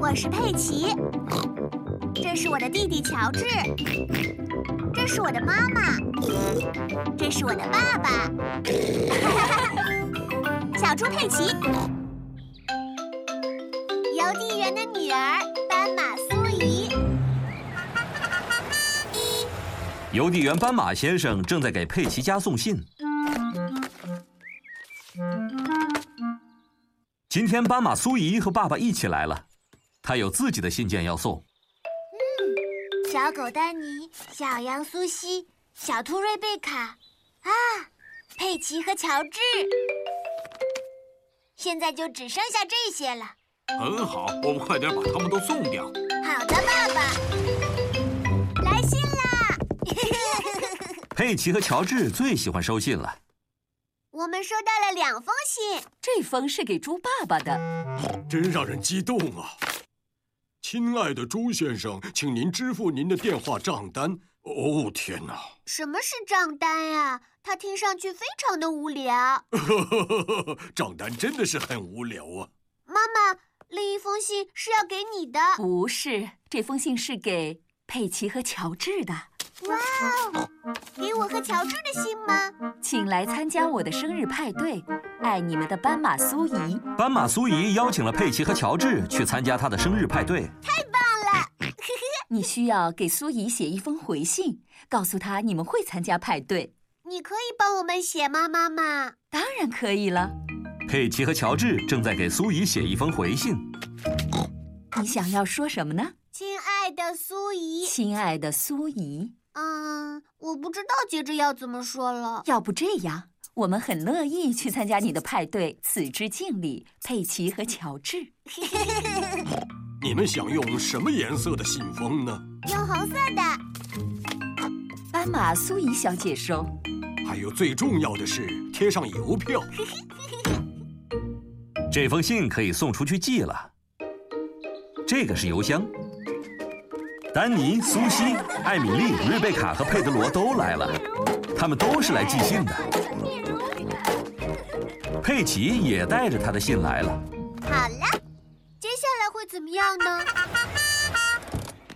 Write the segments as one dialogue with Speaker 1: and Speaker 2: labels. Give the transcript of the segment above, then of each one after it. Speaker 1: 我是佩奇，这是我的弟弟乔治，这是我的妈妈，这是我的爸 爸，小猪佩奇，邮递员的女儿斑马苏怡。
Speaker 2: 邮递员斑马先生正在给佩奇家送信。今天斑马苏怡和爸爸一起来了，他有自己的信件要送。
Speaker 3: 小狗丹尼、小羊苏西、小兔瑞贝卡，啊，佩奇和乔治。现在就只剩下这些了。
Speaker 4: 很好，我们快点把它们都送掉。
Speaker 3: 好的，爸爸。
Speaker 1: 来信啦！
Speaker 2: 佩奇和乔治最喜欢收信了。
Speaker 1: 我们收到了两封信，
Speaker 5: 这封是给猪爸爸的。
Speaker 6: 真让人激动啊！亲爱的朱先生，请您支付您的电话账单。哦，天哪！
Speaker 1: 什么是账单呀、它听上去非常的无聊。
Speaker 6: 账单真的是很无聊啊。
Speaker 1: 妈妈，另一封信是要给你的。
Speaker 5: 不是，这封信是给佩奇和乔治的，
Speaker 1: 哇哦，给我和乔治的信吗？
Speaker 5: 请来参加我的生日派对。爱你们的斑马苏怡。
Speaker 2: 斑马苏怡邀请了佩奇和乔治去参加他的生日派对。
Speaker 5: 你需要给苏怡写一封回信，告诉她你们会参加派对。
Speaker 1: 你可以帮我们写吗，妈妈？
Speaker 5: 当然可以了。
Speaker 2: 佩奇和乔治正在给苏怡写一封回信。
Speaker 5: 你想要说什么呢，
Speaker 1: 亲爱的苏怡，
Speaker 5: 亲爱的苏怡？
Speaker 1: 嗯，我不知道接着要怎么说了。
Speaker 5: 要不这样，我们很乐意去参加你的派对。此致敬礼，佩奇和乔治。
Speaker 6: 你们想用什么颜色的信封呢？
Speaker 1: 用红色的，
Speaker 5: 斑马苏怡小姐说
Speaker 6: 还有最重要的是，贴上邮票。
Speaker 2: 这封信可以送出去寄了。这个是邮箱。丹尼、苏西、艾米丽、瑞贝卡和佩德罗都来了，他们都是来寄信的。佩奇也带着他的信来了。
Speaker 1: 好了，接下来会怎么 样呢？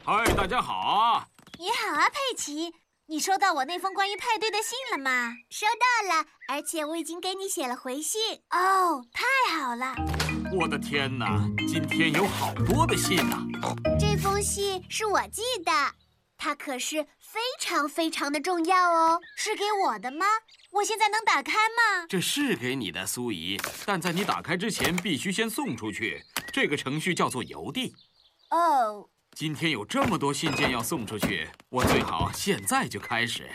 Speaker 4: 嗨，大家好啊！
Speaker 3: 你好啊，佩奇，你收到我那封关于派对的信了吗？
Speaker 1: 收到了，而且我已经给你写了回信。
Speaker 3: 哦，太好了！
Speaker 4: 我的天哪，今天有好多的信啊呐、
Speaker 1: 这封信是我寄的，它可是非常非常的重要哦。
Speaker 3: 是给我的吗？我现在能打开吗？
Speaker 4: 这是给你的，苏怡，但在你打开之前必须先送出去。这个程序叫做邮递。
Speaker 3: 哦，
Speaker 4: 今天有这么多信件要送出去，我最好现在就开始。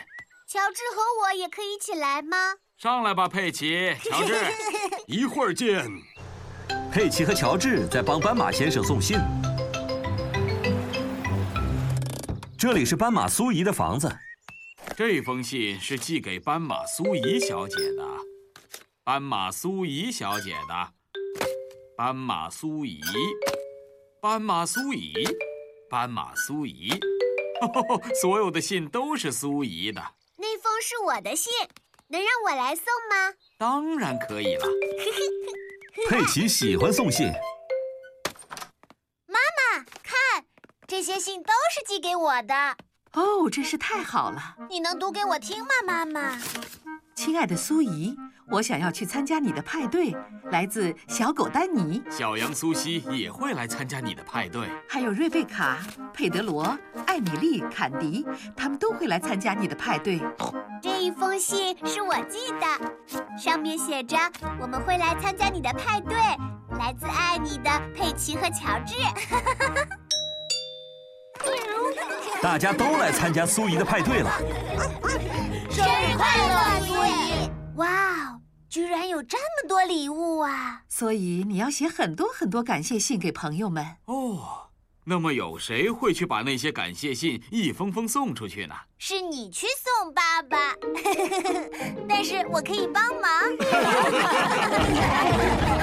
Speaker 1: 乔治和我也可以一起来吗？
Speaker 4: 上来吧，佩奇、乔治。
Speaker 6: 一会儿见。
Speaker 2: 佩奇和乔治在帮斑马先生送信。这里是斑马苏怡的房子。
Speaker 4: 这封信是寄给斑马苏怡小姐的，斑马苏怡小姐的，斑马苏怡，斑马苏怡，斑马苏怡。 所有的信都是苏怡的，
Speaker 1: 那封是我的信，能让我来送吗？
Speaker 4: 当然可以了。
Speaker 2: 佩奇喜欢送信，
Speaker 1: 看，这些信都是寄给我的，
Speaker 5: 哦，真是太好了，
Speaker 1: 你能读给我听吗，妈妈？
Speaker 7: 亲爱的苏怡，我想要去参加你的派对，来自小狗丹尼，
Speaker 4: 小羊苏西也会来参加你的派对。
Speaker 7: 还有瑞贝卡、佩德罗、艾米丽、坎迪，他们都会来参加你的派对。
Speaker 1: 这一封信是我寄的，上面写着我们会来参加你的派对，来自爱你的佩奇和乔治。
Speaker 2: 大家都来参加苏怡的派对了。
Speaker 1: 生日快乐，苏怡！
Speaker 3: 哇哦，居然有这么多礼物啊！
Speaker 7: 所以你要写很多很多感谢信给朋友们。
Speaker 4: 哦，那么有谁会去把那些感谢信一封封送出去呢？
Speaker 3: 是你去送爸 爸，但是我可以帮忙。